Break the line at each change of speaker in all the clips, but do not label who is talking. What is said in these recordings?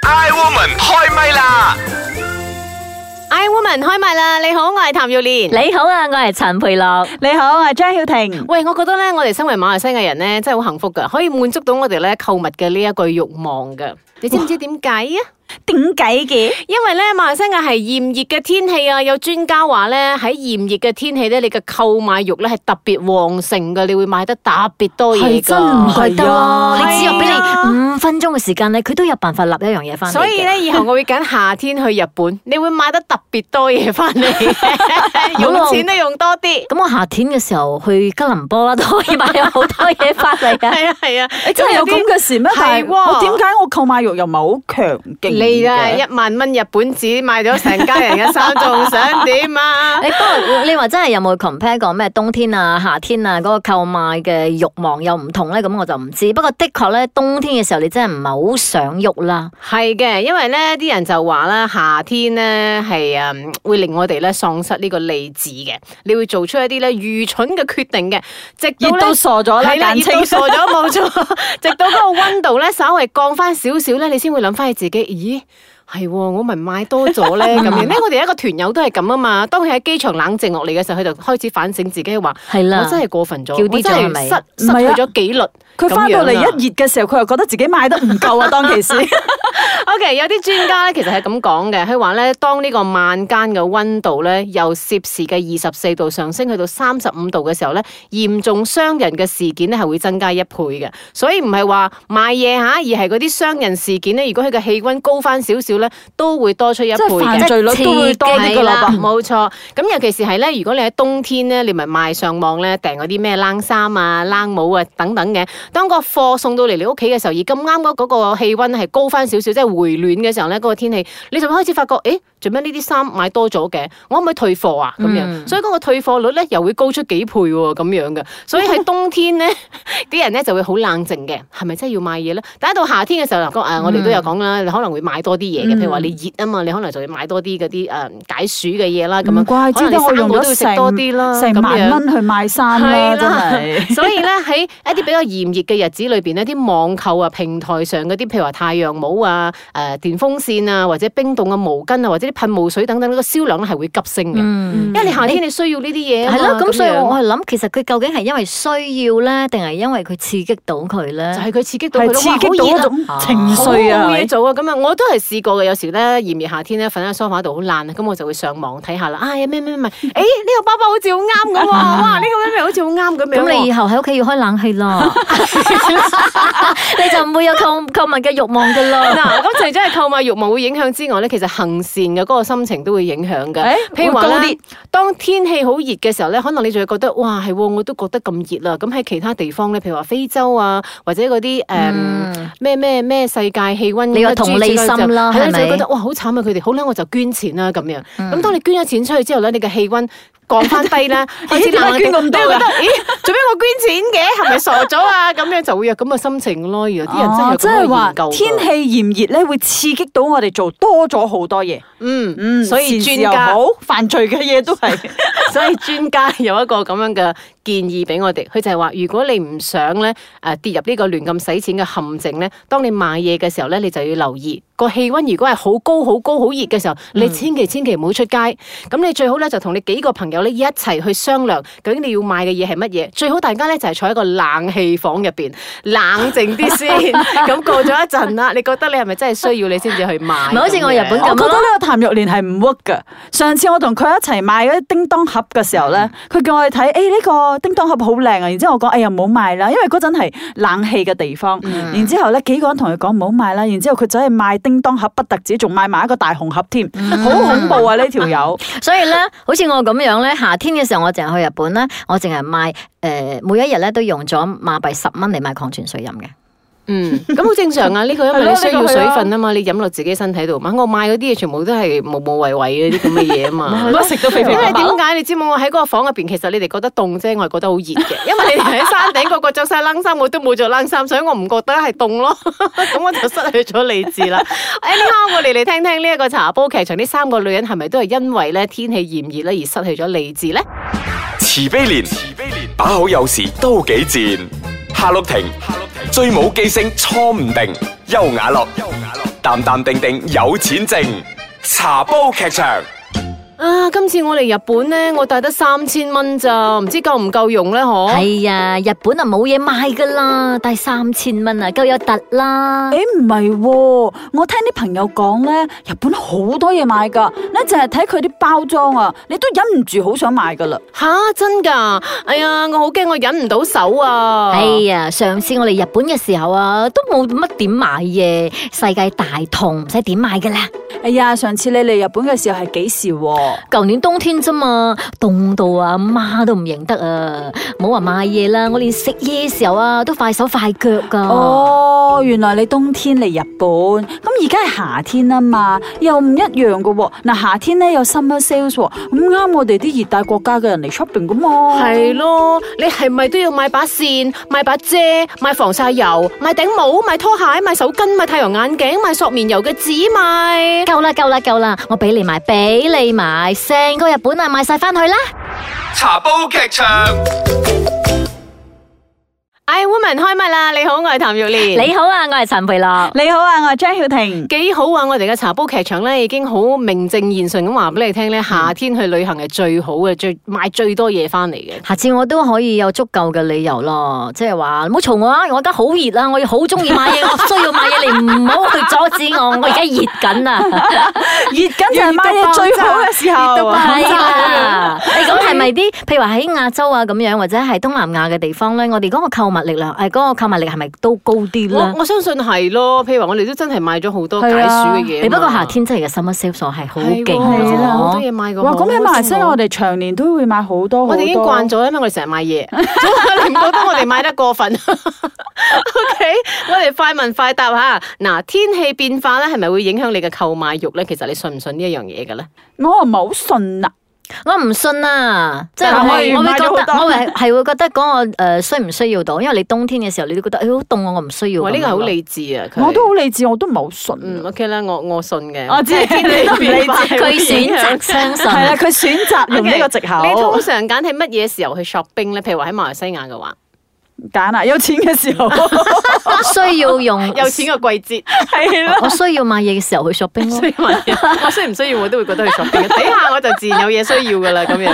Iwoman 開唛啦！
I Woman 開唛啦！你好，我係譚耀蓮。
你好啊，我係陳培樂。
你好，我係張曉婷。
喂，我覺得咧，我哋身為馬來西亞人咧，真係好幸福噶，可以滿足到我哋咧購物嘅呢一個慾望噶。你知唔知點解啊？
點解嘅？
因為咧，馬來西亞係炎熱嘅天氣啊，有專家話咧，喺炎熱嘅天氣咧，你嘅購買慾咧係特別旺盛嘅，你會買得特別多嘢㗎。
真唔怪得啦，
係啊
你只有俾
係
你
啊
五分鐘嘅時間咧，佢都有辦法立一樣嘢翻嚟 嘅。
所以咧，以後我會揀夏天去日本，你會買得特別多嘢翻嚟，用錢都用多啲。
咁我夏天嘅時候去吉隆坡啦，都可以買有好多嘢翻嚟嘅。
係啊係啊，
你真係有
啲
咁嘅事咩？但
係
係
喎
我點解我購買欲又唔係好強勁
你啊，
嘅
一萬蚊日本紙買咗成家人嘅衫，仲想點啊？
你不過你話真係有冇 compare 過咩冬天啊、夏天啊嗰、個購買嘅慾望又唔同咧？咁我就唔知。不過的確咧，冬天嘅時候你真係唔係好想喐啦。
係嘅，因為咧啲人就話啦，夏天咧係啊會令我哋咧喪失呢個理智嘅，你會做出一啲咧愚蠢嘅決定嘅，直到
熱
咧
到傻咗啦，
係啦，
簡
熱到傻
稱。
咗冇錯， 直到嗰個温度咧稍微降翻少少咧，你先會諗翻起自己，咦？係喎，我咪買多咗咧咁 樣咧。我哋一個團友都係咁啊嘛。當佢喺機場冷靜落嚟嘅時候，佢就開始反省自己話：
係啦
我真係過分咗，
叫啲
我真
咗係
係
咪
失失
唔係啊
去咗紀律。
佢翻到嚟
咁樣啊
一熱嘅時候，佢又覺得自己買得唔 夠啊！當其時，
O.K. 有啲專家咧，其實係咁講嘅，佢話咧，當呢個晚間嘅温度咧由攝氏嘅二十四度上升去到三十五度嘅時候咧，嚴重傷人嘅事件咧係會增加一倍嘅。所以唔係話買嘢嚇，而係嗰啲傷人事件咧，如果佢嘅氣温高翻少少咧，都會多出一倍
即係
嘅
犯。罪率都會多啲
係
噶
啦
啦，，
冇錯。咁尤其是係咧，如果你喺冬天咧，你咪賣上網咧訂嗰啲咩冷衫啊、冷帽啊等等嘅。當個貨送到嚟你屋企嘅時候，而咁啱嗰嗰個氣温係高翻少少，即係回暖嘅時候咧，嗰、個天氣你就會開始發覺，誒做咩呢啲衫買多咗嘅？我可唔可以退貨啊？咁樣，
嗯
所以嗰個退貨率咧又會高出幾倍喎，咁樣嘅。所以喺冬天 咧，啲人咧就會好冷靜嘅，係咪真係要買嘢咧？但係到夏天嘅時候，嗱個誒我哋都有講啦，你可能會買多啲嘢嘅，譬如話你熱啊嘛，你可能就會買多啲嗰啲誒解暑嘅嘢啦，咁
唔
樣。
怪之得我用
啊可能你生
咗
果都要食多啲啦
成成
咁
萬
樣
蚊去買衫啦，真 係。
所以咧喺一啲比較炎熱嘅日子裏邊呢啲網購啊、平台上嗰啲，譬如話太陽帽啊、誒、電風扇啊，或者冰凍嘅毛巾啊，或者啲噴霧水等等，呢個銷量咧係會急升嘅。
嗯。
因為你夏天你需要呢啲嘢啊
係
嘛
咯，咁所以
樣
我我係諗，其實佢究竟係因為需要咧，定係因為佢刺激到佢咧
就？係佢刺 激到佢
係
咯
刺
哇
激
好
到
熱
嗰
啊
種情
好
緒啊！係
冇
咪
嘢做啊！咁啊，我都係試過嘅。有時咧炎熱夏天咧，瞓喺梳化度好爛啊，咁我就會上網睇下啦。啊，有咩咩咩，誒呢個包包好似好啱 咁喎，哇呢個咩咩好似好啱咁樣
咁你以
喎。
後喺屋企要開冷氣 啦，你就唔會有購購物嘅慾望噶啦。
嗱，咁除咗係購買慾望會影響之外咧，其實行善嘅嗰個心情都會影響嘅。
誒
譬如話
會高
咧
啲，
當天氣好熱嘅時候咧，可能你就會覺得哇係喎，我都覺得咁熱啦。咁喺其他地方咧，譬如話非洲啊，或者嗰啲誒
嗯，
咩咩咩世界氣温，
你有同理心啦
係啦
係咪
就會覺得哇好慘啊！佢哋好啦，我就捐錢啦咁樣。咁、
嗯
當你捐咗錢出去之後咧，你嘅氣温降翻低 啦，開始
點解
冷冷地
捐咁多
你會覺
㗎
得咦，做咩我捐錢嘅？係咪傻咗啊？咁樣就會有咁嘅心情咯。有啲人真係
哦
有
即
咁
係
嘅
話
研究㗎。
天氣炎熱咧，會刺激到我哋做多咗好多嘢。
嗯
嗯，
所以專
善事又
家
好，犯罪嘅嘢都係。
所以專家有一個咁樣嘅建議俾我哋，佢就係話：如果你唔想咧誒、呃跌入呢個亂咁使錢嘅陷阱咧，當你買嘢嘅時候咧，你就要留意個氣温。如果係好高、好高、好熱嘅時候，你千祈千祈唔好出街。咁、你最好咧就同你幾個朋友咧一齊去商量，究竟你要買嘅嘢係乜嘢。最好大家咧就係坐喺個冷氣房入邊，冷靜啲先。咁過咗一陣啦，你覺得你係咪真係需要你先至去買？
咪好似我日本
我
咁
覺得呢個譚玉蓮係唔 work 㗎。上次我同佢一齊買嗰啲叮當盒嘅時候咧，佢叫我哋睇，誒呢個叮當盒好靚啊！然之後我講，哎呀唔好買啦，因為嗰陣係冷氣嘅地方。然之後咧幾個人同佢講唔好買啦，然之後佢走去買叮當盒，不特止仲買埋一個大紅盒添，好恐怖啊呢條 友！
所以咧，好似我咁樣咧，夏天嘅時候我淨係去日本咧，我淨係買誒每一日咧都用咗馬幣十蚊嚟買礦泉水飲嘅。
嗯，咁好正常啊！呢個因為
係咯
你需要
呢個係
水
啊
分啊嘛，你飲落自己身體度嘛。我買嗰啲嘢全部都係無無謂謂嗰啲咁嘅嘢啊 嘛。
我食到肥
因
肥白
為
白
點解你知冇？我喺嗰個房入邊，其實你哋覺得凍啫，我係覺得好熱嘅。因為你哋喺山頂個個着晒冷衫，我都冇着冷衫，所以我唔覺得係凍 咯。咁我就失去咗理智啦。Anyhow，我哋嚟聽聽呢一個茶煲劇場呢三個女人係咪都係因為咧天氣炎熱咧而失去咗理智咧？
慈悲蓮，慈悲蓮，把好有時都幾賤。夏綠庭，夏綠庭，最冇記性錯唔定。優雅樂，優雅樂，淡淡定定有錢剩，茶煲劇場。
啊！今次我嚟日本咧，我帶得三千蚊咋，唔知夠唔夠用咧？嗬、
系啊，日本啊冇嘢賣噶啦，但係三千蚊啊夠有突啦。
诶，唔係喎，我聽啲朋友講咧，日本好多嘢買㗎，你淨係睇佢啲包裝啊，你都忍唔住好想買㗎啦。
吓、真噶！哎呀，我好驚我忍唔到手啊！
哎呀，上次我嚟日本嘅時候啊，都冇乜點買嘢，世界大同唔使點買噶啦。
哎呀，上次你嚟日本嘅時候係幾時喎？
舊年冬天啫嘛，凍到啊媽都唔認得啊！冇話買嘢啦，我連食嘢嘅時候啊都快手快腳噶。
哦，原來你冬天嚟日本，咁而家係夏天啊嘛，又唔一樣嘅喎。嗱，夏天咧有 summer sales 喎，咁啱我哋啲熱帶國家嘅人嚟 shopping 噶嘛。
係咯，你係咪都要買把扇、買把遮、買防曬油、買頂帽、買拖鞋、買手巾、買太陽眼鏡、買索棉油嘅紙咪？
夠啦夠啦夠啦，我俾你買，俾你買，成個日本啊買晒翻去啦。
茶煲劇場。
哎，woman 開唛啦！你好，我係譚玉蓮。
你好啊，我係陳培樂。
你好啊，我係張曉婷。
幾好啊！我哋嘅茶煲劇場咧，已經好名正言順咁話俾你聽咧，夏天去旅行係最好嘅，最買最多嘢翻嚟嘅。
下次我都可以有足夠嘅理由咯，即係話唔好嘈我啊！我而家好熱啦，我要好中意買嘢， 我需要買嘢，你唔好去阻止我，我而家熱緊啊！
熱緊就係買嘢最好嘅時候。
係啊，你咁係咪啲？譬如話喺亞洲啊咁樣，或者係東南亞嘅地方咧，我哋嗰個購物力量，誒嗰個購物力係咪都高啲
我
咧？
我相信係咯，譬如話我哋都真係買咗好多解暑
係啊
嘅嘢嘛。
你不過夏天真係嘅 summer sales 係好勁
係
啦，啊好多
㗎
嘢買嘅。
哇，咁喺馬來西亞我
哋
哋長年都會買好多好多。
我哋已經慣。咗，因為我哋成日買 嘢，你唔覺得我哋買得過分 ？OK，我哋快問快答下。嗱，天氣變化咧，係咪會影響你嘅購買欲咧？其實你信唔信呢一樣嘢嘅咧？
我唔係好信啊。
我唔信啊！即係
但係
我
可以
會我會
買
覺
咗
得，
好多
我會係會覺得嗰個誒需唔需要到？因為你冬天嘅時候，你都覺得誒好凍啊，我唔需要咁樣咯。
哇，呢個好理智啊！佢
我都好理智，我都唔係好信。啊
嗯 à, Ừ, OK 啦，我我信嘅。
我知
即係天氣
你都唔理智
變化係會
佢選
影響
擇相信。
係啦，佢選擇用呢 個藉
OK，你通
口
常揀係乜嘢時候去 shopping 咧？譬如話喺馬來西亞嘅話，
揀啊，有錢嘅 時候
我需要用，
有錢嘅季節。
係啦。
我需要買嘢嘅時候 去 shopping 咯。
需要買嘢，我需唔需要我都會覺得去 shopping 嘅。 睇下我就自然有嘢需要噶啦咁樣。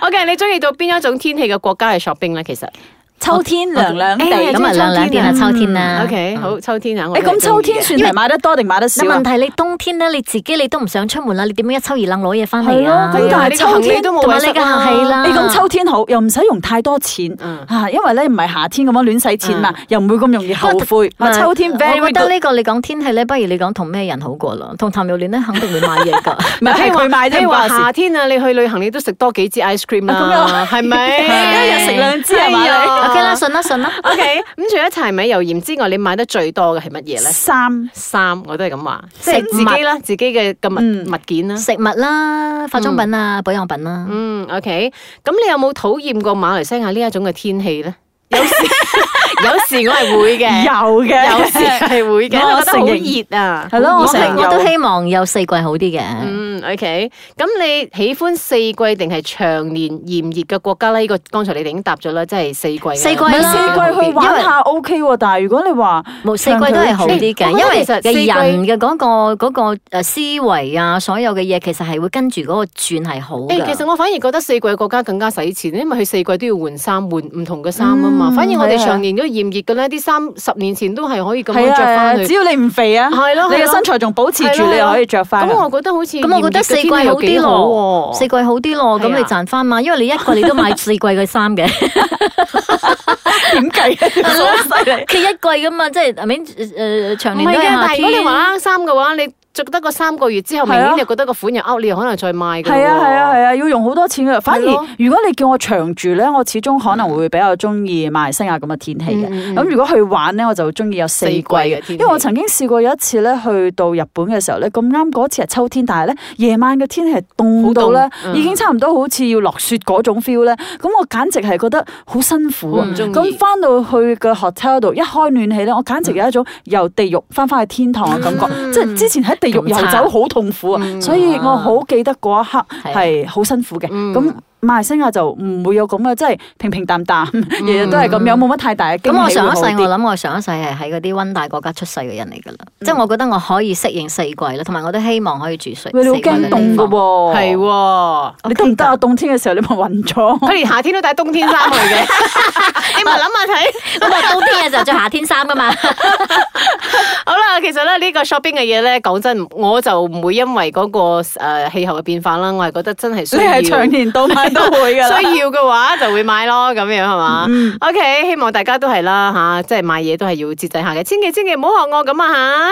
OK，你中意到邊一種天氣嘅國家去 shopping 咧？其實
啊秋天涼涼地
哎呀
咁啊，兩兩點啊，秋天啦。
嗯 OK 好，秋天啊，我
嗯誒，
都係
哎咁秋天
中
算係買得多定買得少
嗱，
啊
問？題你冬天咧，你自己你都唔想出門啦，你點樣一秋二冷攞嘢翻嚟啊？
係咯咁但係
意嘅。咁但係
秋
你個行李
天
都冇
同埋
位塞
你嘅係啦，
你哎咁秋天好，又唔使用太多錢
嗯
啊，因為咧唔係夏天咁樣亂使錢嘛，又唔會咁容易後
嗱。
悔。啊，秋天 very
我覺得
good，
呢個你講天氣咧，不如你講同咩人好過啦。同譚玉蓮咧，肯定會買嘢㗎。
唔係係佢買啫，
譬
唔
如話
關我
夏
事。啊
天啊，你去旅行你都食多幾支 ice cream 啦，係咪？
係
一日食兩支係
哎呀
嘛
OK 啦，信啦信啦。
OK，咁除咗柴米油鹽之外，你買得最多嘅係乜嘢
你？
咧？
三
衫我都係咁話，即
食
係
物
自己啦，自己嘅嘅
嗯
物物件啦。
食物啦，化妝品啊，保養品啦。
嗯，OK，咁你有冇討厭過馬來西亞呢一種嘅天氣咧？ 有時有時我係會嘅，
有嘅，
有時係會嘅，因為
我
覺得好
承認
熱啊。
係咯，
我
我
希
成日
我都
有
希望有四季好啲嘅。
嗯，OK，咁你喜歡四季定係長年炎熱嘅國家咧？呢個剛才你哋已經答咗啦，即係四季㗎。
四季
唔係
啦
四季去玩下 OK 喎，但係如果你話
冇四季都係好啲嘅，
長期
因為
我覺得其實四季
人嘅嗰、個嗰、個呃思維啊，所有嘅嘢其實係會跟住嗰個轉係好
誒、
嘅。
其實我反而覺得四季國家更加使錢，因為佢四季都要換衫，換唔同嘅衫啊嘛。
嗯
反而我哋
係啊
長年都炎熱嘅咧，啲衫十年前都係可以咁樣
係
着翻
啊係啊，只
去。
要你唔肥啊，
係咯
你
係
嘅
咯
身材仲保持
係
住，
咯
你又可以着啊翻。
咁我覺得好似
咁我覺得四季好
炎熱嘅天氣又
啲
幾
咯，
好
四季好啲咯，咁
係啊
你賺翻嘛？因為你一季你 都買四季嘅衫嘅，
點 計？好 犀利！
佢一季噶嘛，即係誒面誒呃長
唔
年
係
都
嘅，
係
但
夏
係
天
如。果你話啱衫嘅話，你着得個三個月之後，
係
明
啊
年就覺得個款又 out，你又可能再賣嘅喎。
係啊係啊係啊，要用好多錢嘅。反而
係咯
如果你叫我長住咧，我始終可能會比較中意馬來西亞咁嘅天氣
嗯嗯
嘅。
嗯
咁如果去玩咧，我就中意有四
四
季
季嘅
嘅，
天氣
因為我曾經試過有一次咧，去到日本嘅時候咧，咁啱嗰次係秋天，但係咧夜晚嘅天氣係凍到
好凍
咧，
嗯
已經差唔多好似要落雪嗰種 feel 咧。咁我簡直係覺得好辛苦啊！
唔中意
咁翻到去嘅
嗯
hotel 度一開暖氣咧，我簡直有一種由地獄翻返去天堂嘅感覺，即係之前喺地哋肉油走好痛苦啊，所以我好記得嗰一刻
啊
係好辛苦嘅。
嗯
咁馬來西亞就唔會有咁嘅，即係平平淡淡，日日都係咁樣，冇乜太大嘅驚喜
咁我上一世
會好
我
啲
諗我上一世係喺嗰啲温帶國家出世嘅人嚟㗎啦，
嗯
即係我覺得我可以適應四季啦，同埋我都希望可以住水。
喂，你好
四季嘅
驚
地方
凍㗎喎，
係喎。
你得唔得啊？冬天嘅時候你咪暈咗。
佢連夏天都帶冬 天衫去嘅，你咪諗下睇。
咁我冬天嘅時候着夏天衫㗎嘛。
好啦，其實咧呢個 shopping 嘅嘢咧，講真，我就唔會因為嗰個誒氣候嘅變化啦，我係覺得真 係需
你
要。
係長年到晚都會㗎 啦。嗯
需要嘅話就會買咯，咁樣係嘛、o k 希望大家都係啦吓，即係買嘢都係要節制下嘅，千祈千祈唔好學我咁啊吓。